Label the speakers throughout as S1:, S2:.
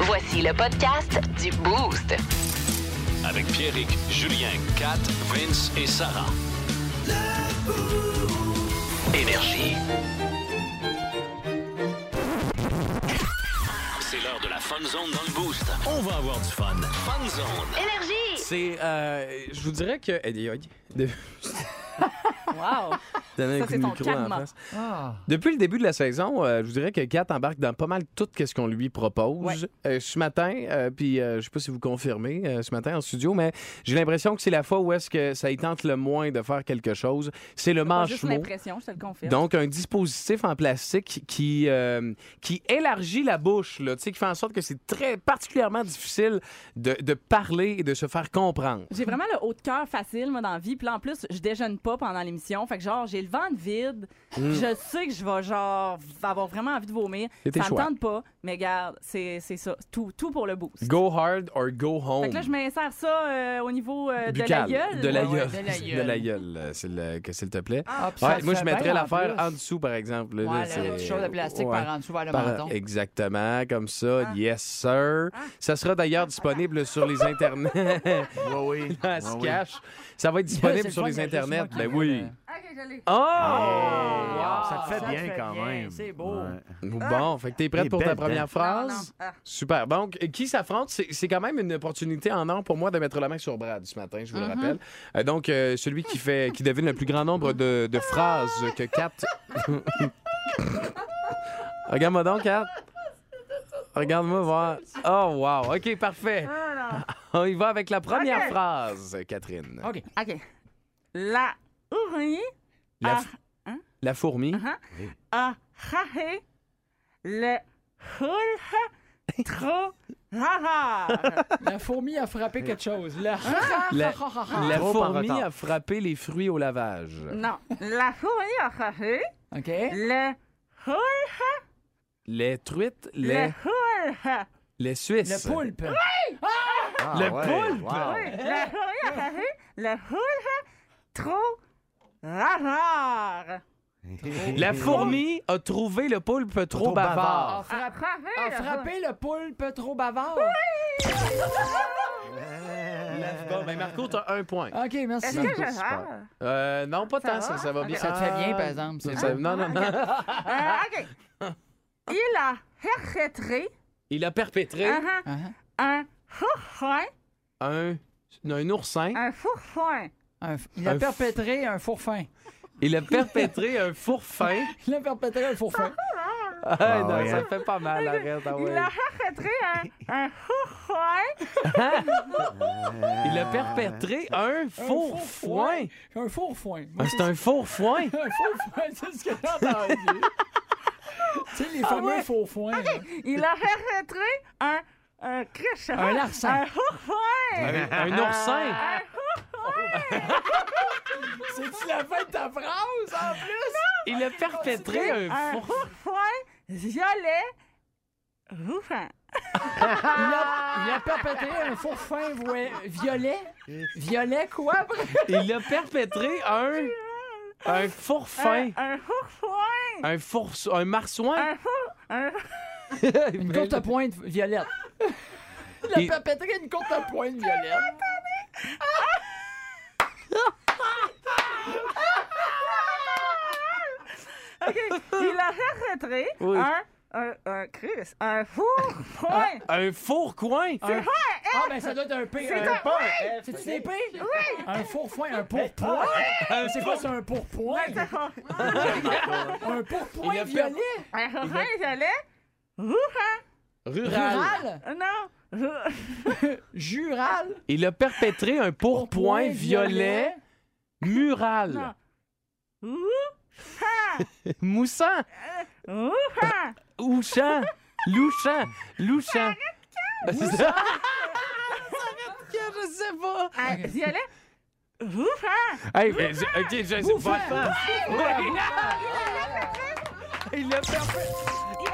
S1: Voici le podcast du Boost.
S2: Avec Pierrick, Julien, Kat, Vince et Sarah. Énergie. C'est l'heure de la Fun Zone dans le Boost. On va avoir du fun. Fun Zone.
S1: Énergie!
S3: C'est. euh, je vous dirais que. Eh, dis, oui. De-
S4: Wow!
S3: Donner un
S4: Ça,
S3: coup
S4: c'est
S3: de
S4: ton
S3: micro
S4: calme.
S3: en face. Depuis le début de la saison, euh, je vous dirais que Kat embarque dans pas mal tout ce qu'on lui propose.
S4: Ouais.
S3: Euh, ce matin, euh, puis euh, je sais pas si vous confirmez, euh, ce matin en studio, mais j'ai l'impression que c'est la fois où est-ce que ça y tente le moins de faire quelque chose. C'est le
S4: Pas juste
S3: manchemot.
S4: l'impression, je te le confirme.
S3: Donc, un dispositif en plastique qui, euh, qui élargit la bouche, là, tu sais, qui fait en sorte que c'est très particulièrement difficile de, de parler et de se faire comprendre.
S4: J'ai vraiment le haut de cœur facile, moi, dans la vie. Puis là, en plus, je déjeune pas pendant l'émission. Fait que, genre, j'ai le ventre vide. Je sais que je vais, genre, avoir vraiment envie de vomir.
S3: Mm. C'est tes
S4: Ça me
S3: choix.
S4: tente pas, mais regarde, c'est c'est ça. Tout, tout pour le boost.
S3: Go hard or go home.
S4: Fait que là, je m'insère ça euh, au niveau euh, de la
S3: Buccal.
S4: gueule.
S3: De la
S4: Ouais, ouais.
S3: gueule.
S5: de la
S3: De
S5: gueule.
S3: la gueule, euh, s'il le- que- s'il te plaît.
S5: Ah, puis
S3: Ouais,
S5: ça le
S3: moi, je
S5: fait
S3: mettrais
S5: bien, en
S3: l'affaire
S5: plus.
S3: en dessous, par exemple. là,
S5: Ouais,
S3: là,
S5: le
S3: c'est-
S5: petit show de plastique
S3: Ouais.
S5: par en dessous vers le
S3: Par-
S5: menton. Ah.
S3: Exactement, comme ça. Yes, sir. Ça sera d'ailleurs disponible sur les internets.
S6: Oui, oui.
S3: Ah, se cache. Ça va être disponible
S5: c'est
S3: sur
S5: le
S3: les
S5: fun, il y a juste
S3: internets.
S5: moi qui
S3: Ben
S5: le-
S3: oui. Oh!
S5: Ah,
S6: ça te fait
S5: ça te
S6: bien
S5: fait
S6: quand
S5: bien,
S6: même.
S5: c'est beau.
S6: Ouais.
S3: Bon, fait que t'es
S6: Des
S3: prête pour ta
S6: belles
S3: première
S6: dents.
S3: phrase?
S4: Non, non. Ah.
S3: Super. Donc, euh, qui s'affronte, c'est c'est quand même une opportunité en or pour moi de mettre la main sur Brad ce matin, je vous le rappelle. Euh, donc, euh, celui qui fait, qui devine le plus grand nombre de, de phrases que Kat... Regarde-moi donc, Kat. Regarde-moi voir. Oh, wow. OK, parfait. On y va avec la première phrase, Catherine.
S5: OK.
S4: OK. La ournie
S3: La,
S4: Ah,
S3: f- la fourmi.
S4: a raré le houle trop rare.
S5: La fourmi a frappé quelque chose. La...
S3: La, la
S6: Trop en
S3: fourmi
S6: retard.
S3: a frappé les fruits au lavage.
S4: Non. La ah, fourmi a raré
S5: OK.
S4: le houle,
S3: Les truites,
S4: le
S3: les,
S4: houle.
S3: les Suisses.
S5: Le poulpe.
S6: Ah,
S3: Le
S6: ouais,
S3: poulpe!
S6: wow.
S4: La fourmi a raré le houle trop rare.
S3: La fourmi a trouvé le poulpe trop,
S6: Trop
S3: bavard.
S6: bavard.
S5: A, frappé-
S4: Raré
S5: a
S4: Ah, le
S5: frappé le poulpe trop bavard.
S3: Bon, ben Marco, t'as un point.
S5: OK, merci.
S4: houle. Est-ce que je
S3: Super.
S4: rare?
S3: Euh, non, pas
S4: Ça
S3: tant, ça,
S4: va?
S3: ça va bien.
S5: Ah. Ça te fait bien, par exemple,
S3: ça-
S5: c'est
S3: ça-
S5: bon.
S3: Non, non, non.
S4: Euh, OK. Il a perpétré
S3: Il a perpétré
S4: un, un,
S5: Uh-huh.
S4: un fourfouin,
S3: un, un oursin.
S4: un fourfouin.
S5: Un f- Il a
S3: Un
S5: perpétré un fourfin.
S3: Il a perpétré un fourfin.
S5: Il a perpétré un fourfin.
S3: Ah, non,
S6: ouais,
S3: ça
S6: hein?
S3: fait pas mal, arrête. ah ouais.
S4: Il a perpétré un, un fourfouin,
S3: Il a perpétré un fourfoin.
S5: Un fourfoin.
S3: Ah, C'est un fourfoin.
S5: Un fourfoin, c'est ce que j'ai entendu. tu sais, les fameux fourfoins. là.
S4: il a perpétré un, un cricheur.
S5: Un larcin.
S4: Un fourfouin.
S3: Un, un oursin.
S5: C'est-tu la fin de ta phrase, en plus?
S3: Il a perpétré un
S4: Un
S3: fourfoin.
S4: fourfouin violet rouffin.
S5: Il a, il a perpétré un fourfin ouais, violet. Violet quoi? après?
S3: Il a perpétré un... Un
S7: Euh,
S3: fourfin.
S4: Un fourfouin.
S3: Un fours... Un marsouin.
S4: Un four... Un...
S5: Une courte à pointe violette. Il a
S3: Il-
S5: perpétré une courte à pointe violette.
S4: OK. Il a perpétré
S3: Oui.
S4: un... Un, un Chris. Un
S5: Ah.
S4: fourfouin.
S3: Un fourcoin.
S5: Un- Ah, ben ça doit être un P. un- C'est-tu des P? Oui! Un fourfoin, un pourpoint. Euh, C'est quoi, c'est un pourpoint? Un
S3: Il a
S5: pourpoint
S3: fait-
S5: violet?
S4: Un fourfouin violet rouffin.
S3: Rural.
S5: Rural?
S4: Non. rou-
S5: Jural?
S3: Il a perpétré un pourpoint violet mural.
S4: Non. Rouffin.
S3: Moussant,
S7: Euh,
S4: Rouffin.
S3: ouchant, louchant, louchant. C'est ça? Je sais pas.
S4: Un violet rouffin.
S3: Hey, mais je- ok, je sais pas. Il a perpétré.
S4: Il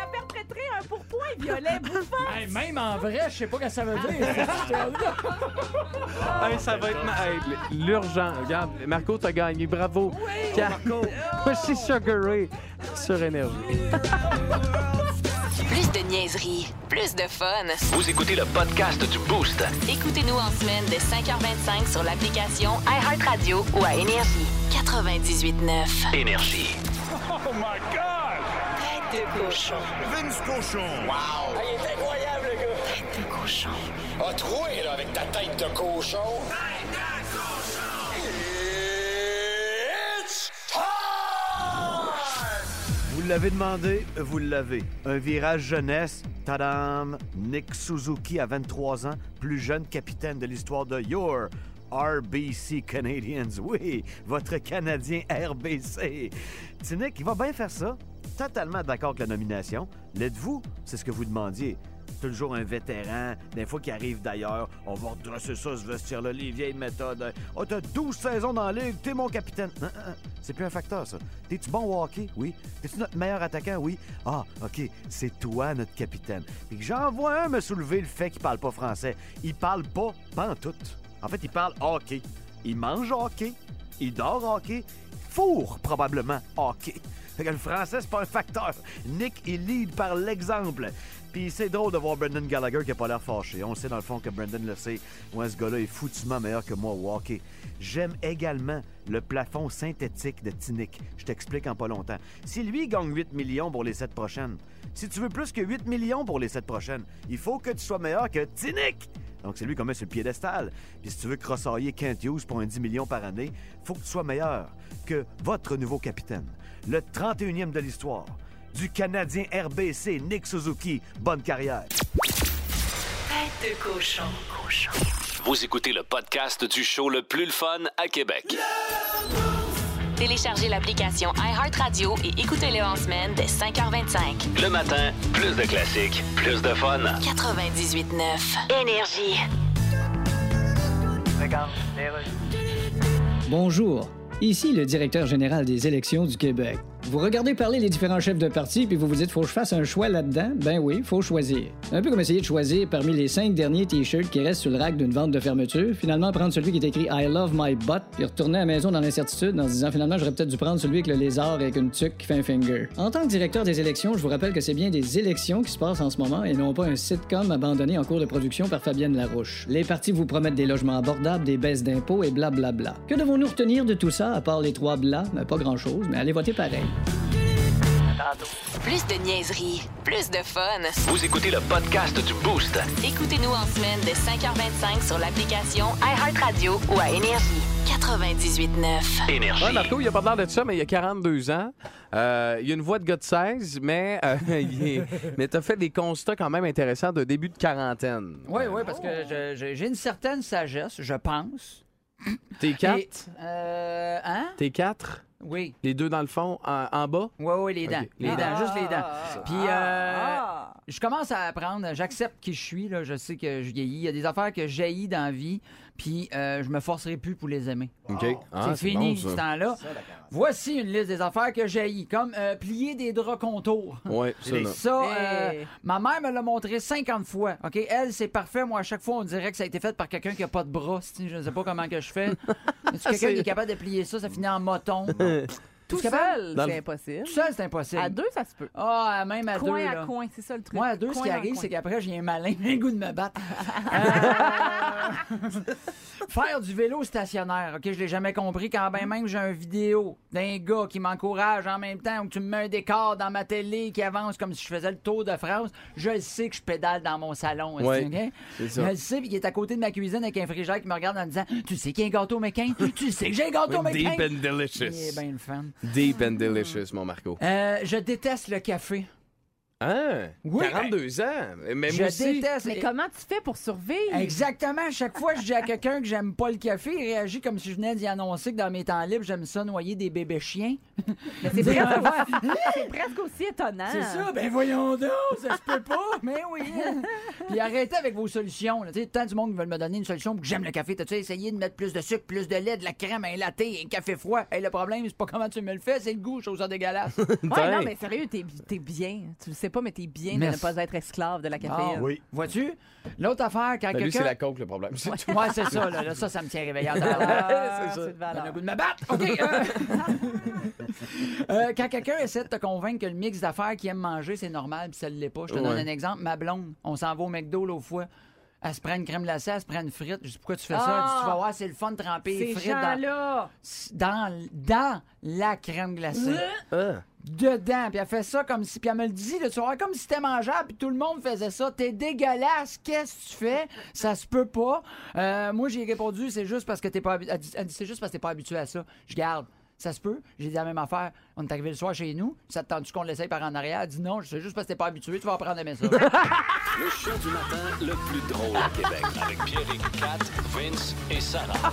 S4: a perpétré un pourpoint violet bouffant.
S5: Hey, même en vrai, je sais pas ce que ça veut dire. cette histoire-là.
S3: Hey, ça va être ma- hey, l'urgent. Regarde, Marco, t'as gagné. Bravo. Oh. Car- Moi, c'est sugaré sur énergie.
S1: Plus de niaiserie, plus de fun.
S2: Vous écoutez le podcast du Boost.
S1: Écoutez-nous en semaine de 5h25 sur l'application iHeartRadio ou à Énergie. 98.9.
S2: Énergie.
S8: Oh my God!
S1: Tête de cochon.
S6: Vince Cochon.
S8: Wow!
S1: il est incroyable, le gars. Tête de cochon.
S8: A troué, là, avec ta tête de cochon. It's
S6: Vous l'avez demandé, vous l'avez. Un virage jeunesse. Tadam! Nick Suzuki, à 23 ans, plus jeune capitaine de l'histoire de Your RBC Canadians. Oui, votre Canadien RBC. Tu sais, Nick, il va bien faire ça. Totalement d'accord avec la nomination. L'êtes-vous? C'est ce que vous demandiez. Toujours un vétéran, des fois qui arrive d'ailleurs, on va redresser ça, ce vestiaire-là, les vieilles méthodes. Ah, t'as 12 saisons dans la ligue, t'es mon capitaine. Hein, hein, hein. C'est plus un facteur, ça. T'es-tu bon au hockey? Oui. T'es-tu notre meilleur attaquant? Oui. Ah, OK, c'est toi, notre capitaine. Puis que j'en vois un me soulever le fait qu'il parle pas français. Il parle pas pantoute. En fait, il parle hockey. Il mange hockey, il dort hockey, fourre probablement hockey. Fait que le français, c'est pas un facteur. Nick, il lead par l'exemple. Puis c'est drôle de voir Brendan Gallagher qui a pas l'air fâché. On sait dans le fond que Brendan le sait. Ouais, ce gars-là est foutument meilleur que moi au hockey. J'aime également le plafond synthétique de Tinnick. Je t'explique en pas longtemps. Si lui gagne 8 millions pour les 7 prochaines, si tu veux plus que 8 millions pour les 7 prochaines, il faut que tu sois meilleur que Tinnick. Donc, c'est lui qu'on met sur le piédestal. Puis, si tu veux crossailler Kent Hughes pour un 10 millions par année, faut que tu sois meilleur que votre nouveau capitaine, le 31e de l'histoire, du Canadien RBC Nick Suzuki. Bonne carrière.
S1: Tête de cochon. cochon.
S2: Vous écoutez le podcast du show le plus le fun à Québec.
S1: Téléchargez l'application iHeartRadio et écoutez-le en semaine dès 5h25.
S2: Le matin, plus de classiques, plus de fun.
S1: 98.9. Énergie.
S9: Bonjour, ici le directeur général des élections du Québec. Vous regardez parler les différents chefs de parti, puis vous vous dites, faut que je fasse un choix là-dedans? Ben oui, faut choisir. Un peu comme essayer de choisir parmi les cinq derniers t-shirts qui restent sur le rack d'une vente de fermeture, finalement prendre celui qui est écrit I love my butt, puis retourner à la maison dans l'incertitude en se disant, finalement, j'aurais peut-être dû prendre celui avec le lézard et avec une tuque qui fait un finger. En tant que directeur des élections, je vous rappelle que c'est bien des élections qui se passent en ce moment et non pas un sitcom abandonné en cours de production par Fabienne Larouche. Les partis vous promettent des logements abordables, des baisses d'impôts et blablabla. Que devons-nous retenir de tout ça à part les trois blas? Ben, pas grand-chose, mais allez voter pareil.
S1: Plus de niaiserie, plus de fun.
S2: Vous écoutez le podcast du Boost.
S1: Écoutez-nous en semaine de 5h25 sur l'application iHeartRadio ou à Énergie. 98.9.
S2: Énergie.
S3: Ouais, Marco, il a pas l'air de ça, mais il a 42 ans. Euh, il a une voix de gars de 16, mais, euh, il est- mais t'as fait des constats quand même intéressants de début de quarantaine.
S5: Oui, oui, parce que je- je- j'ai une certaine sagesse, je pense.
S3: T'es quatre?
S5: Et- euh, hein?
S3: T'es quatre?
S5: Oui.
S3: Les deux dans le fond, en, en bas?
S5: Oui, oui, les dents.
S3: Ok,
S5: Les
S3: les
S5: dents,
S3: dents.
S5: Ben, juste les dents.
S3: Ah.
S5: Puis, euh,
S7: Ah.
S5: je commence à apprendre, j'accepte qui je suis, là, je sais que je vieillis. Il y a des affaires que j'ai dans la vie, puis euh, je me forcerai plus pour les aimer.
S3: OK. Ah,
S5: c'est
S3: c'est
S5: fini,
S3: bon, ça.
S5: ce temps-là. Voici une liste des affaires que j'ai comme euh, plier des draps contours.
S3: Ouais, ça, là.
S5: Ça, euh,
S7: Hey.
S5: ma mère me l'a montré 50 fois. OK, elle, c'est parfait. Moi, à chaque fois, on dirait que ça a été fait par quelqu'un qui a pas de bras. c'est-tu, Je ne sais pas comment que je fais. Est-ce que quelqu'un
S3: C'est-
S5: qui est capable de plier ça, ça finit en moton.
S7: Tout
S5: T'es capable?
S7: seul,
S3: Dans le-
S7: c'est impossible.
S5: Tout seul, c'est impossible.
S7: À deux, ça se peut.
S5: Ah, même à
S7: coin
S5: deux.
S7: à
S5: là.
S7: coin, c'est ça le truc.
S5: Moi, à deux, ce
S7: Coin
S5: qui
S7: dans
S5: arrive,
S7: coin.
S5: c'est qu'après, j'ai un malin, j'ai un goût de me battre. Euh, Faire du vélo stationnaire, OK? Je l'ai jamais compris. Quand ben même j'ai un vidéo d'un gars qui m'encourage en même temps, ou que tu me mets un décor dans ma télé qui avance comme si je faisais le tour de France, je le sais que je pédale dans mon salon, est-ce
S3: Ouais,
S5: que, OK?
S3: c'est ça.
S5: Je le sais, puis il est à côté de ma cuisine avec un frigidaire qui me regarde en me disant « Tu sais qu'il y a un gâteau méquin? tu sais que j'ai un gâteau méquin?
S3: Deep » and
S5: Il
S3: delicious.
S5: est bien le fun.
S3: Deep and delicious, mon Marco.
S5: Euh, je déteste le café.
S3: Hein?
S5: Oui,
S3: 42 ans. Même
S5: je
S3: aussi.
S5: déteste...
S7: Mais comment tu fais pour survivre?
S5: Exactement. Chaque fois que je dis à quelqu'un que j'aime pas le café, il réagit comme si je venais d'y annoncer que dans mes temps libres, j'aime ça noyer des bébés chiens.
S7: Mais C'est presque, aussi- c'est presque aussi
S3: Ah.
S7: étonnant.
S5: C'est ça, ben voyons donc, ça se peut pas, mais Ben oui. hein. Puis arrêtez avec vos solutions. là. Tu sais, tant du monde qui veulent me donner une solution pour que j'aime le café. T'as-tu essayé de mettre plus de sucre, plus de lait, de la crème, un latte, un café froid? Hey, le problème, c'est pas comment tu me le fais, c'est le goût, chose en dégueulasse.
S7: Ouais, non, mais sérieux, t'es, t'es bien. Tu le sais pas, mais t'es bien de
S5: Merci.
S7: ne pas être esclave de la
S5: Ah,
S7: caféine.
S5: oui. Vois-tu? L'autre affaire, quand
S3: Ben, lui,
S5: quelqu'un...
S3: c'est la coke, le problème. C'est tout.
S5: Ouais, c'est ça, là, là, ça, ça me tient réveillé en
S7: Ah,
S5: tabarnak.
S7: c'est
S3: ça.
S7: de valeur.
S5: goût de me battre. OK. euh. Euh, quand quelqu'un essaie de te convaincre que le mix d'affaires qu'il aime manger, c'est normal, puis ça ne l'est pas. Je te donne
S10: Ouais.
S5: un exemple. Ma blonde, on s'en va au McDo l'autre fois. Elle se prend une crème glacée, elle se prend une frite. Je dis pourquoi tu fais ça? Elle dit, tu vas voir, c'est le fun de tremper les
S10: Ah! Ces
S5: frites dans,
S10: gens-là.
S5: dans, dans la crème glacée.
S3: Ah.
S5: Dedans, puis elle fait ça comme si, puis elle me le dit, là, tu vois, comme si t'es mangeable, puis tout le monde faisait ça. T'es dégueulasse, qu'est-ce que tu fais? Ça se peut pas. Euh, moi, j'ai répondu, c'est juste parce que t'es pas, habi- elle dit- elle dit, c'est juste parce que t'es pas habitué à ça. Je garde. Ça se peut. J'ai dit la même affaire. On est arrivé le soir chez nous. Ça te tente-tu qu'on l'essaye par en arrière? Elle dit non, c'est juste parce que t'es pas habitué, tu vas apprendre à aimer ça.
S2: Le show du matin le plus drôle à Québec avec Pierrick, Kat, Vince et Sarah.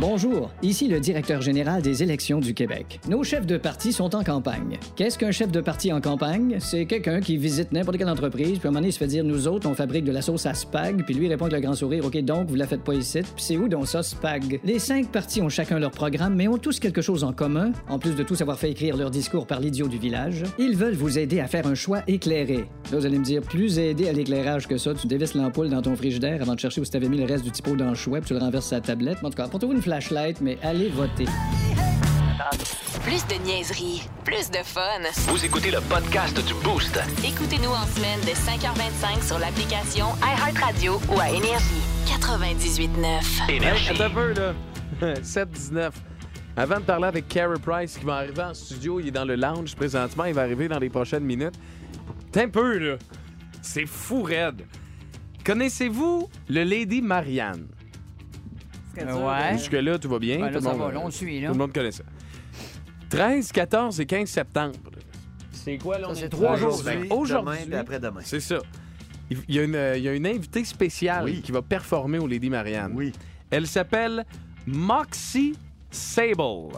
S9: Bonjour, ici le directeur général des élections du Québec. Nos chefs de parti sont en campagne. Qu'est-ce qu'un chef de parti en campagne? C'est quelqu'un qui visite n'importe quelle entreprise, puis à un moment donné, il se fait dire Nous autres, on fabrique de la sauce à spag, puis lui répond avec le grand sourire OK, donc vous la faites pas ici, puis c'est où donc ça, spag? Les cinq partis ont chacun leur programme, mais ont tous quelque chose en commun, en plus de tous avoir fait écrire leur discours par l'idiot du village. Ils veulent vous aider à faire un choix éclairé. Là, vous allez me dire Plus aider à l'éclairage que ça, tu dévisses l'ampoule dans ton frigidaire avant de chercher où tu avais mis le reste du typo dans le chouette, puis tu le renverses sur la tablette. Mais En tout cas, portez-vous une flashlight, mais allez voter.
S1: Plus de niaiserie, plus de fun.
S2: Vous écoutez le podcast du Boost.
S1: Écoutez-nous en semaine dès 5h25 sur l'application iHeartRadio ou à Énergie. 98.9.
S3: Hey, attends un peu, là. 7-19. Avant de parler avec Carey Price qui va arriver en studio, il est dans le lounge présentement, il va arriver dans les prochaines minutes. Attends un peu, là. C'est fou, raide. Connaissez-vous le Lady Marianne?
S5: ouais.
S3: Jusque-là, tout va bien.
S5: Ben là,
S3: tout le
S5: ça
S3: monde-
S5: va, là, on le suit, là.
S3: Tout le monde connaît ça. 13, 14 et 15 septembre. C'est quoi, là?
S5: Ça, Ben, on c'est est- trois jours.
S3: Aujourd'hui,
S6: Aujourd'hui,
S3: aujourd'hui,
S6: puis après-demain.
S3: C'est ça. Il il y, a une, euh, il y a une invitée spéciale qui va performer au Lady Marianne. Oui. Elle s'appelle Moxie Sable,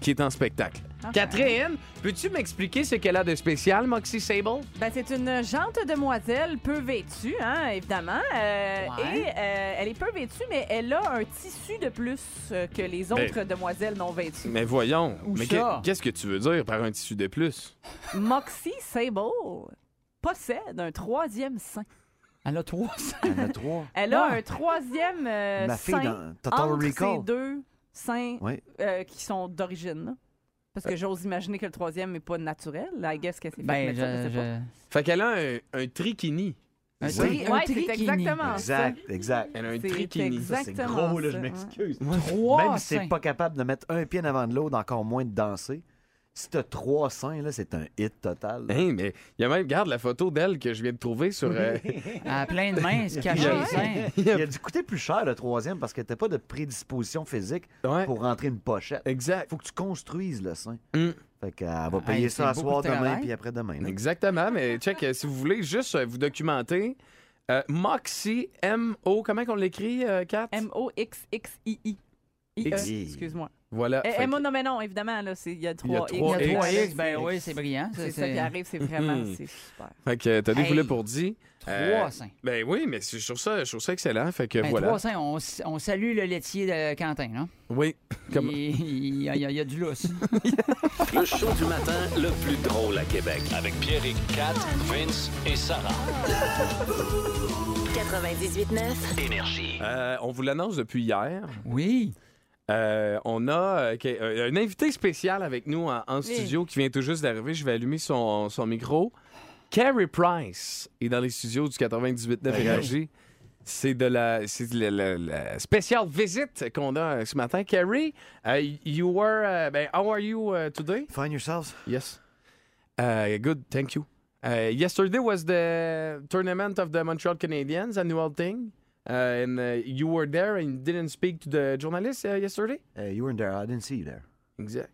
S3: qui est en spectacle.
S4: Ah.
S3: Catherine, peux-tu m'expliquer ce qu'elle a de spécial, Moxie Sable?
S4: Ben, c'est une jante demoiselle peu vêtue, hein, évidemment. Euh,
S3: Ouais.
S4: Et euh, elle est peu vêtue, mais elle a un tissu de plus euh, que les
S3: Ben.
S4: autres demoiselles non vêtues.
S3: Mais voyons,
S4: Où
S3: mais
S4: ça?
S3: qu'est- qu'est-ce que tu veux dire par un tissu de plus?
S4: Moxie Sable possède un troisième sein.
S5: Elle a trois.
S6: Elle a trois.
S4: Elle a
S6: Ouais.
S4: un troisième euh,
S6: Ma fille
S4: sein
S6: dans Total
S4: entre
S6: Recall.
S4: ces deux seins
S6: Ouais.
S4: euh, qui sont d'origine. là. Parce que
S3: Euh.
S4: j'ose imaginer que le troisième n'est pas naturel. I guess que c'est fait
S5: Ben,
S4: mettre ça,
S5: je-
S4: je sais pas.
S3: Fait qu'elle a un, un trichini.
S5: Un
S3: C'est ça?
S5: tri- un
S4: Ouais, c'est trichini. exactement
S6: Exact, exact.
S3: Elle a un
S4: C'est
S3: trichini.
S4: exactement
S6: C'est gros, là, je
S4: ça,
S6: m'excuse.
S4: ouais. Trois
S6: Même si
S4: seins.
S6: t'es pas capable de mettre un pied en avant de l'autre, encore moins de danser, si t'as trois seins, là, c'est un hit total.
S3: Hein, mais il y a même, regarde la photo d'elle que je viens de trouver sur. euh,
S5: À plein de mains, se
S6: Il
S5: cacher
S6: a-
S5: les seins.
S6: Il a dû coûter plus cher le troisième parce que t'as pas de prédisposition physique pour rentrer une pochette.
S3: Exact.
S6: Faut que tu construises le sein. Fait qu'elle va
S3: Hey,
S6: payer ça à
S3: c'est beaucoup
S6: soir
S3: de
S6: demain
S3: travail.
S6: puis après-demain. là.
S3: Exactement, mais check, euh, si vous voulez juste euh, vous documenter, euh, Moxie, M-O, comment qu'on l'écrit, euh, Kat?
S4: M-O-X-X-I-I. I-E,
S3: X.
S4: E. Excuse-moi.
S3: Voilà.
S4: Eh,
S3: Ah, fait
S4: eh, moi, non, mais non, évidemment, là, c'est- il y a
S3: Il y a
S4: trois X.
S3: trois Il y a trois X. X,
S5: ben oui, c'est brillant, ça,
S4: C'est ça
S5: c'est-
S4: qui arrive, c'est vraiment,
S3: Mhm.
S4: c'est super.
S3: Fait que euh, tenez vous
S5: Hey,
S3: le pour dit.
S5: trois seins.
S3: Ben oui, mais c'est- je trouve ça, je trouve ça excellent. Fait que
S5: Ben,
S3: voilà.
S5: trois seins, on, s- on salue le laitier de Quentin, là.
S3: Oui. Comme...
S5: Il, il y a, il y a- il y a du lousse.
S2: Le show du matin le plus drôle à Québec avec Pierrick, Kat, Vince et Sarah.
S1: 98.9.
S2: Énergie.
S3: Euh, on vous l'annonce depuis hier.
S5: Oui.
S3: on a euh, que- euh, un invité spécial avec nous en, en studio qui vient tout juste d'arriver. Je vais allumer son, son micro. Carrie Price est dans les studios du 98.9
S2: Hey.
S3: Énergie. C'est de la, c'est de la- la- la spéciale visite qu'on a euh, ce matin. Carrie, euh, you were, euh, ben, how are you uh, today?
S6: Find yourselves.
S3: Yes. Uh, good, thank you. Uh, yesterday was the tournament of the Montreal Canadiens, annual thing. Uh, and uh, you were there and didn't speak to the journalists uh, yesterday?
S6: Uh, you weren't there. I didn't see you there.
S3: Exact.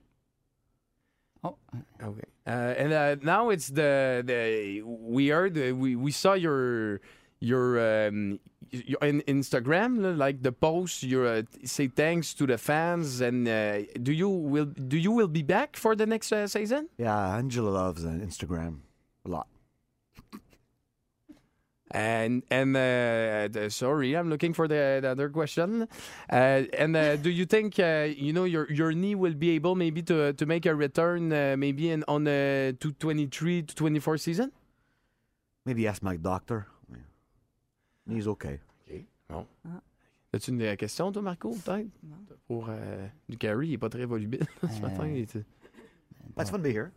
S5: Oh.
S3: Okay. Uh, and uh, now it's the the we heard uh, we we saw your your um, your in Instagram là, like the post you uh, say thanks to the fans and uh, do you will do you will be back for the next uh, season?
S6: Yeah, Angela loves uh, Instagram a lot.
S3: And and uh, the- sorry, I'm looking for the, the other question. Uh, and uh, do you think uh, you know your your knee will be able maybe to to make a return uh, maybe in on the 223 to 24 season?
S6: Maybe ask my doctor. He's okay.
S3: OK. Bon. As-tu une euh, question, toi, Marco, peut-être? Pour euh, du Gary, il n'est pas très volubile
S5: Euh,
S3: ce matin. Il est,
S6: That's
S3: Oh.
S6: fun to be here.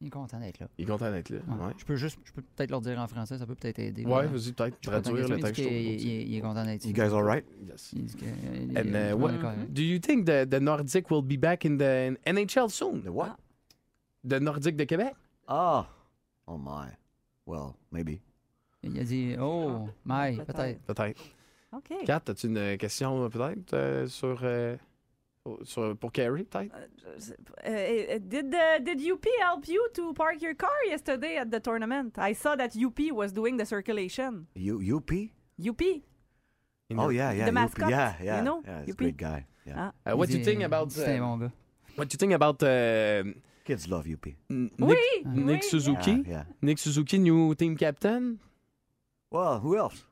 S5: Il est content d'être là.
S3: il est content d'être là. Ouais.
S5: Je peux juste, je peux peut-être leur dire en français, ça peut peut-être aider.
S3: Ouais, vas-y, peut-être
S5: Je comprends
S3: traduire
S5: qu'est-ce
S3: le
S5: qu'il dit
S3: texte,
S5: qu'il-
S3: je
S5: Il, il- il est content d'être
S3: You
S5: ici.
S3: guys all right? Yes.
S5: Il dit que- euh,
S3: And
S5: il-
S3: uh,
S5: il-
S3: what
S5: il est correct.
S3: do you think the, the Nordic will be back in the in NHL soon? The
S6: what?
S3: The Nordic de Québec?
S6: Ah! Oh my. Well, maybe.
S5: Il a dit, oh, my, peut-être.
S3: Peut-être.
S4: OK.
S3: Kat, as-tu une euh, question euh, peut-être euh, sur, euh, sur euh, pour Carrie peut-être?
S4: Uh, uh, did uh, did UP help you to park your car yesterday at the tournament? I saw that UP was doing the circulation.
S6: You UP?
S4: UP.
S6: oh yeah, yeah.
S4: The
S6: UP.
S4: mascot,
S6: Yeah, yeah.
S4: you know,
S6: yeah, he's a
S4: UP.
S6: great guy. Yeah.
S3: Uh, what do you think about
S5: C'est
S3: uh,
S5: mon gars.
S3: What do you think about uh,
S6: Kids love UP.
S3: N-
S4: Oui,
S3: Nick, Nick
S4: oui.
S5: Ah,
S3: Suzuki?
S6: Yeah, yeah.
S3: Nick Suzuki, new team captain?
S6: Well, who else?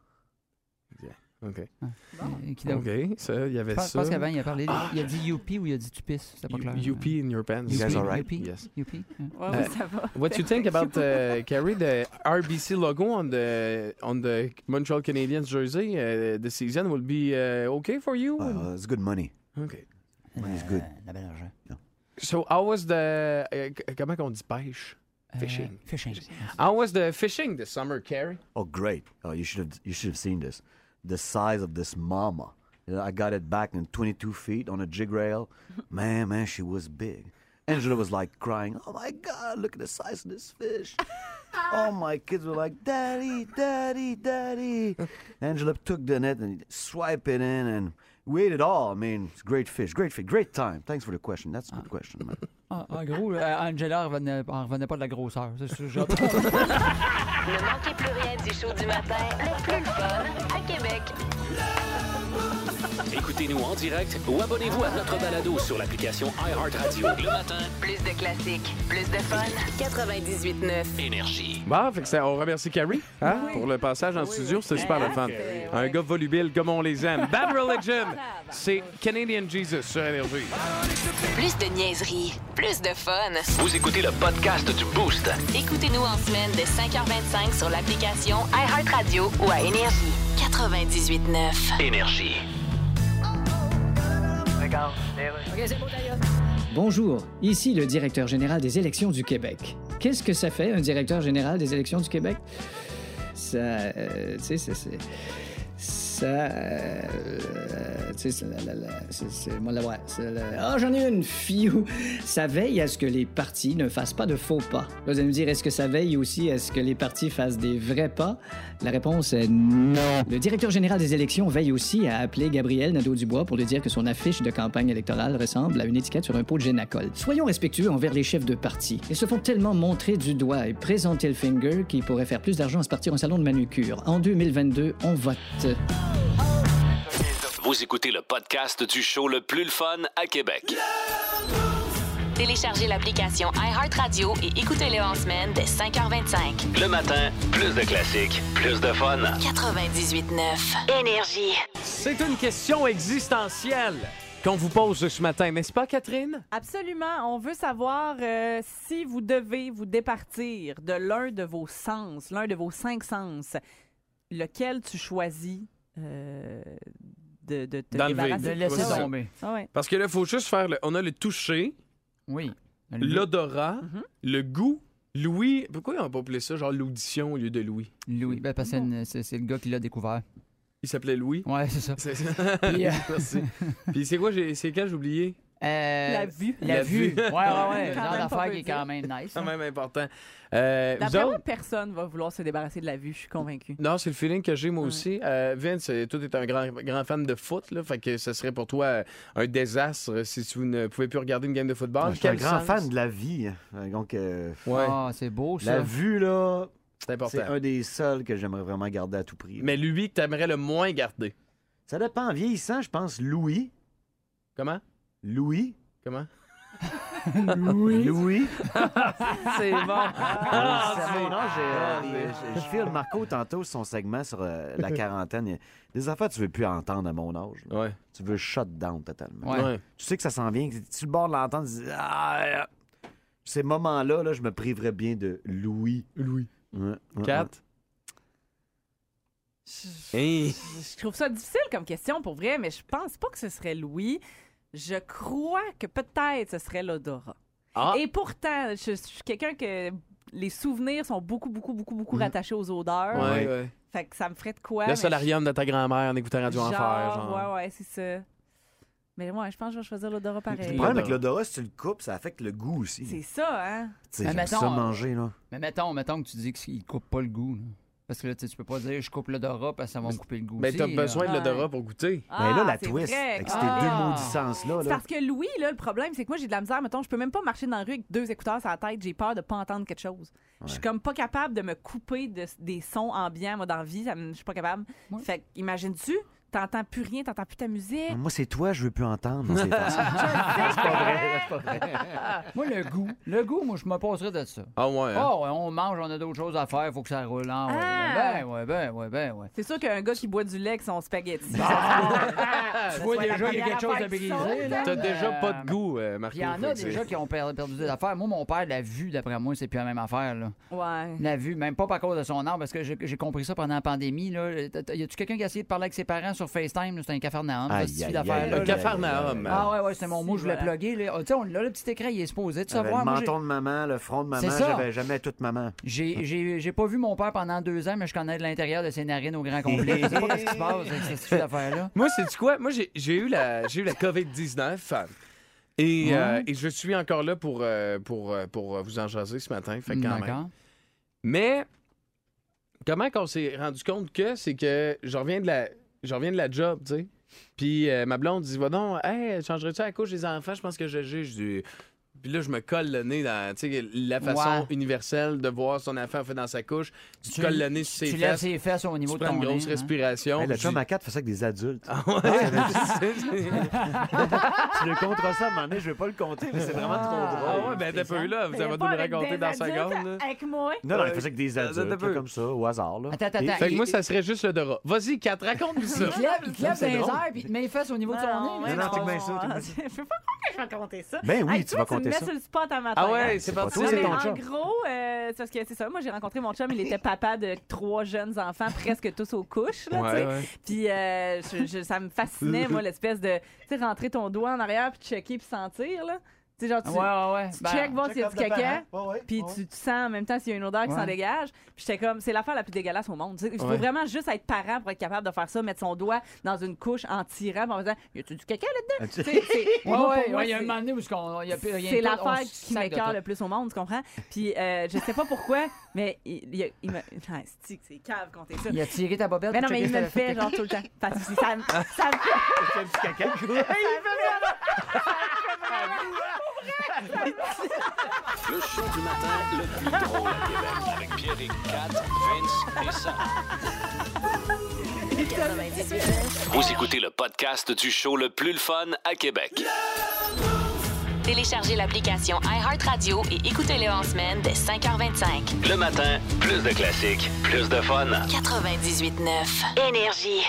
S3: OK.
S5: Et Euh, qui d'autre?
S3: OK, ça, il y
S5: Je
S3: avait
S5: pense, je
S3: ça.
S5: pense qu'avant, il a parlé. Il a dit youpi ou il a dit tu pisses. C'était pas
S3: You-
S5: clair.
S3: UP in your pants.
S6: You guys
S3: UP.
S6: all right?
S5: Youpi?
S3: Yes.
S5: Youpi?
S4: Ouais,
S3: Euh,
S4: oui, ça va.
S3: What you think about uh, Carrie the RBC logo on the on the Montreal Canadiens jersey uh, this season will be uh, okay for you?
S6: Uh, it's good money.
S3: okay.
S6: Money's good.
S4: Uh,
S5: La belle argent.
S3: So how was the uh, c- comment qu'on dit pêche? Fishing.
S5: Fishing.
S3: How was the fishing this summer, Carrie?
S6: Oh, great! Oh, you should have you should have seen this. The size of this mama. Yeah, I got it back in 22 feet on a jig rail. Man, man, she was big. Angela was like crying. Oh my God! Look at the size of this fish. All my kids were like, "Daddy, Daddy, Daddy." Angela took the net and swiped it in, and we ate it all. I mean, it's great fish, great fish, great time. Thanks for the question. That's a good question, man.
S5: En, en gros, euh, Angela en revenait, en revenait pas de la grosseur. C'est ce que j'ai
S1: Ne manquez plus rien du show du matin, le plus le fun à Québec.
S2: Écoutez-nous en direct ou abonnez-vous à notre balado sur l'application iHeartRadio. Le matin,
S1: Plus de classiques, plus de fun. 98.9.
S2: énergie.
S3: Bon, Bah, fait que ça- on remercie Carrie hein, pour le passage en studio. C'était super le fun. Un gars volubile comme on les aime. Bad Religion, c'est Canadian Jesus sur Énergie.
S1: Plus de niaiserie, plus de fun.
S2: Vous écoutez le podcast du Boost.
S1: Écoutez-nous en semaine de 5h25 sur l'application iHeartRadio ou à Énergie. 98.9.
S2: Énergie.
S9: Bonjour, ici le directeur général des élections du Québec. Qu'est-ce que ça fait, un directeur général des élections du Québec? Ça. euh, tu sais, c'est- c'est. Ça. euh, tu sais, c'est la- la- la- c'est- c'est- moi, la- ouais, c'est la- Ah, j'en ai une, fiou! Ça veille à ce que les partis ne fassent pas de faux pas. Là, vous allez me dire, est-ce que ça veille aussi à ce que les partis fassent des vrais pas? La réponse est non. Le directeur général des élections veille aussi à appeler Gabriel Nadeau-Dubois pour lui dire que son affiche de campagne électorale ressemble à une étiquette sur un pot de génacol. Soyons respectueux envers les chefs de parti. Ils se font tellement montrer du doigt et présenter le finger qu'ils pourraient faire plus d'argent à se partir un salon de manucure. En 2022, on vote.
S2: Vous écoutez le podcast du show le plus le fun à Québec.
S1: Téléchargez l'application iHeartRadio et écoutez-le en semaine dès 5h25.
S2: Le matin, plus de classiques, plus de fun.
S1: 98.9. Énergie.
S3: C'est une question existentielle qu'on vous pose ce matin, n'est-ce pas, Catherine?
S4: Absolument. On veut savoir euh, si vous devez vous départir de l'un de vos sens, l'un de vos cinq sens, lequel tu choisis euh, de, de te
S3: D'enlever.
S4: débarrasser.
S5: De laisser
S3: Ouais.
S5: tomber.
S4: Ah ouais.
S3: Parce que là, il faut juste faire. le- On a le toucher,
S5: Oui.
S3: Mhm. l'odorat, le goût, l'ouïe. Pourquoi ils n'ont pas appelé ça genre l'audition au lieu de Louis?
S5: Louis. Ben, parce que c'est une- c'est c'est le gars qui l'a découvert.
S3: Il s'appelait Louis.
S5: Ouais, c'est ça.
S3: C'est-
S5: Puis, euh,
S3: Merci. Puis c'est quoi, j'ai- c'est quel j'ai oublié?
S5: Euh,
S4: La vue.
S5: La,
S3: La
S5: vue.
S3: vue.
S5: Ouais, ouais, ouais.
S4: Quand
S5: Genre
S4: même pas
S5: d'affaire
S4: peu
S5: qui est
S4: dire.
S5: quand même nice. hein.
S3: Quand même important. Euh, vous
S4: D'après moi,
S3: autres?
S4: personne va vouloir se débarrasser de la vue, je suis convaincue.
S3: Non, c'est le feeling que j'ai moi aussi. Euh, Vince, euh, toi, t'es un grand, grand fan de foot, là, fait que ce serait pour toi euh, un désastre euh, si tu ne pouvais plus regarder une game de football.
S6: Je suis un
S3: Quel
S6: grand
S3: sens?
S6: fan de la vie. hein. Donc, euh,
S3: Ouais,
S5: Ah, c'est beau, ça.
S6: la vue là,
S3: c'est important.
S6: c'est un des seuls que j'aimerais vraiment garder à tout prix.
S3: Mais lui que t'aimerais le moins garder.
S6: Ça dépend. En vieillissant, je pense Louis.
S3: Comment?
S6: Louis.
S3: Comment?
S11: Louis.
S6: Louis.
S11: C'est bon.
S6: Ah,
S11: Ah,
S6: c'est
S11: c'est-
S6: mon âge, j'ai, euh,
S11: Ah,
S6: les- je- je file Marco tantôt son segment sur euh, la quarantaine. Il- Des affaires que tu veux plus entendre à mon âge. là. Tu veux shut down totalement.
S11: Ouais. Ouais.
S6: Tu sais que ça s'en vient. que Tu sur le bord de l'entendre. tu dis, Ah, euh. Ces moments-là, là, je me priverais bien de Louis.
S3: Louis.
S6: Cat.
S4: Je trouve ça difficile comme question pour vrai, mais je pense pas que ce serait Louis. Je crois que peut-être ce serait l'odorat.
S3: Ah.
S4: Et pourtant, je, je suis quelqu'un que les souvenirs sont beaucoup, beaucoup, beaucoup,
S3: Mhm.
S4: beaucoup rattachés aux odeurs.
S3: Ouais, ouais.
S4: Fait que ça me ferait de quoi.
S3: le
S4: mais
S3: solarium de ta grand-mère en écoutant
S4: je-
S3: Radio
S4: genre,
S3: Enfer. Genre.
S4: Ouais, ouais, c'est ça. Mais ouais, je pense que je vais choisir l'odorat pareil.
S6: Le problème avec l'odorat, si tu le coupes, ça affecte le goût aussi.
S4: C'est ça, hein?
S6: Tu sais,
S11: Ah,
S6: j'aime ça manger, là.
S5: Mais mettons, mettons que tu dis qu'il coupe pas le goût. là. Parce que là, tu sais, tu peux pas dire je coupe l'odorat parce que ça va me couper le goût.
S3: Mais
S5: aussi,
S3: t'as
S5: là.
S3: besoin de l'odorat pour goûter.
S6: Ben
S4: Ah,
S5: Mais Ben là, la
S4: c'est
S5: twist,
S4: vrai.
S5: avec
S6: ces
S4: Ah.
S6: deux maudits sens-là,
S4: C'est
S6: là.
S4: parce que Louis, là, le problème, c'est que moi, j'ai de la misère. Mettons, je peux même pas marcher dans la rue avec deux écouteurs sur la tête. J'ai peur de pas entendre quelque chose. Je suis comme pas capable de me couper de- des sons ambiants, moi, dans la vie. ça me- Je suis pas capable. Fait que, imagine-tu, t'entends plus rien, t'entends plus ta musique.
S5: Mm.
S6: Moi, c'est toi, je veux plus entendre. dans ces façons.
S5: C'est pas vrai,
S6: c'est pas vrai.
S5: moi, le goût. Le goût, moi, je me passerais de ça.
S3: Ah ouais, hein?
S5: Ah ouais, on mange, on a d'autres choses à faire, faut que ça roule. Ah, ouais,
S4: Ah!
S5: Ben, ouais, ben, ouais, ben, ouais.
S4: C'est sûr qu'un gars qui boit du lait avec son spaghetti.
S5: Ah. Tu vois déjà, il y a quelque chose de brisé. là.
S4: T'as
S3: déjà
S5: Euh,
S3: pas de goût, euh, Marco.
S5: Puis il y en
S3: fait
S5: a
S3: que c'est-
S5: déjà qui ont per- perdu des affaires. Moi, mon père, la vue, d'après moi, c'est plus la même affaire. Là.
S4: Ouais.
S5: La vue, même pas par cause de son art, parce que j'ai j'ai compris ça pendant la pandémie. Là. T- t- Y a-tu quelqu'un qui a essayé de parler avec ses parents sur FaceTime? là? C'était un cafarnaum.
S3: Aïe,
S5: ça, ce
S3: aïe,
S5: type d'affaire,
S3: aïe,
S5: là,
S3: aïe,
S5: là.
S3: cafarnaum.
S5: Ah ouais, ouais, c'est mon mot, je voulais
S3: Voilà.
S5: plugger. là. Ah, Tu sais, on l'a, le petit écran, il est supposé de
S6: J'avais
S5: savoir.
S6: le
S5: Moi, j'ai-
S6: menton de maman, le front de maman,
S5: C'est ça.
S6: j'avais jamais toute maman.
S5: j'ai- j'ai j'ai pas vu mon père pendant deux ans, mais je connais de l'intérieur de ses narines au grand complet. Je sais pas ce qui se passe avec cette petite affaire-là.
S3: Moi, c'est quoi? Moi, j'ai j'ai eu la, j'ai eu la COVID-19. femme. Et,
S5: Ouais.
S3: euh, et je suis encore là pour, euh, pour, euh, pour, euh, vous en jaser ce matin. Fait quand
S5: D'accord.
S3: même. Mais comment qu'on s'est rendu compte que c'est que je reviens de la, je reviens de la job, tu sais. Puis euh, ma blonde dit, va donc, hey, changerais-tu la couche des enfants? Je pense que je j'ai. Je dis, Puis là, je me colle le nez dans tu sais, la façon
S5: Ouais.
S3: universelle de voir son enfant fait dans sa couche. Tu, te
S5: Tu-
S3: colles le nez sur
S5: tu
S3: ses
S5: lèves
S3: fesses.
S5: ses fesses au niveau
S3: tu
S5: de
S3: prends
S5: ton
S3: une grosse
S5: nez, hein.
S3: respiration.
S6: Hey, le
S3: tu-
S6: chum à quatre fait ça avec des adultes.
S3: Ah ouais?
S6: tu le compteras ça à un moment donné, je vais pas le compter, mais c'est vraiment trop drôle.
S3: Ah ouais, ben t'as peu là, vous allez nous le raconter dans sa seconde.
S4: Avec moi.
S6: Non, non, il faisait que des
S3: Attends,
S6: adultes,
S3: attends,
S6: là, comme ça, au hasard. Là.
S5: Attends, attends, attends.
S3: Fait que moi, ça serait juste le Dora. Vas-y, Kat, raconte-nous ça.
S5: Il te lève, il te lève dans
S3: C'est
S5: les
S3: drôle.
S5: airs, puis il te met les fesses au niveau de
S4: Non,
S5: son nez.
S4: mais
S5: là.
S4: non. Je peux pas croire que je vais compter ça.
S5: Ben oui,
S4: Hey,
S5: tu
S4: toi,
S5: vas compter
S4: Tu me
S5: ça.
S4: mets sur le spot à matin.
S5: Ah ouais,
S4: hein.
S5: c'est pas toi,
S4: Non,
S5: c'est
S4: mais
S5: ton
S4: En
S5: chum.
S4: gros, euh, c'est parce que c'est ça. Moi, j'ai rencontré mon chum. Il était papa de trois jeunes enfants, presque tous aux couches. Là,
S12: Ouais,
S4: tu sais.
S12: ouais.
S4: Puis euh, je- je- ça me fascinait, moi, l'espèce de tu sais, rentrer ton doigt en arrière puis checker puis sentir. Là. Tu sais, genre, tu,
S5: Ouais, ouais, ouais.
S4: tu
S5: Ben,
S4: check voir
S5: check
S4: s'il y a
S5: up
S4: du
S5: de
S4: caca,
S5: parents. Ouais, ouais,
S4: puis
S5: ouais.
S4: tu, tu sens en même temps s'il y a une odeur qui s'en
S5: Ouais.
S4: dégage. Puis j'étais comme, c'est l'affaire la plus dégueulasse au monde. Tu sais, Il faut
S5: Ouais.
S4: vraiment juste être parent pour être capable de faire ça, mettre son doigt dans une couche en tirant, puis en faisant, y a-tu du caca là-dedans? Tu sais, c'est-
S5: Ouais,
S4: moi, pour
S5: ouais,
S4: moi,
S5: ouais, il y a un
S4: c'est-
S5: moment donné où il n'y a plus rien.
S4: c'est
S5: de tout, on
S4: l'affaire
S5: se
S4: qui
S5: sac de
S4: m'écœure
S5: tout.
S4: le plus au monde, tu comprends? Puis euh, je sais pas pourquoi, mais il, il, il me. Ah, c'est-tu que c'est cave compter ça.
S5: Ben Il a tiré ta bobette
S4: Mais non,
S5: pour
S4: mais
S5: checker
S4: il
S5: si
S4: me le
S5: t'avais fait
S4: fait,
S5: caca.
S4: genre, tout le temps. Parce que ça me. Ça me
S2: Le show du matin le plus drôle à Québec. Avec Pierre et Kat, Vince et Sam.
S1: 98.9.
S2: Vous écoutez le podcast du show le plus le fun à Québec.
S1: Téléchargez l'application iHeartRadio et écoutez-le en semaine dès 5h25.
S2: Le matin, plus de classiques, plus de fun.
S1: 98.9. Énergie.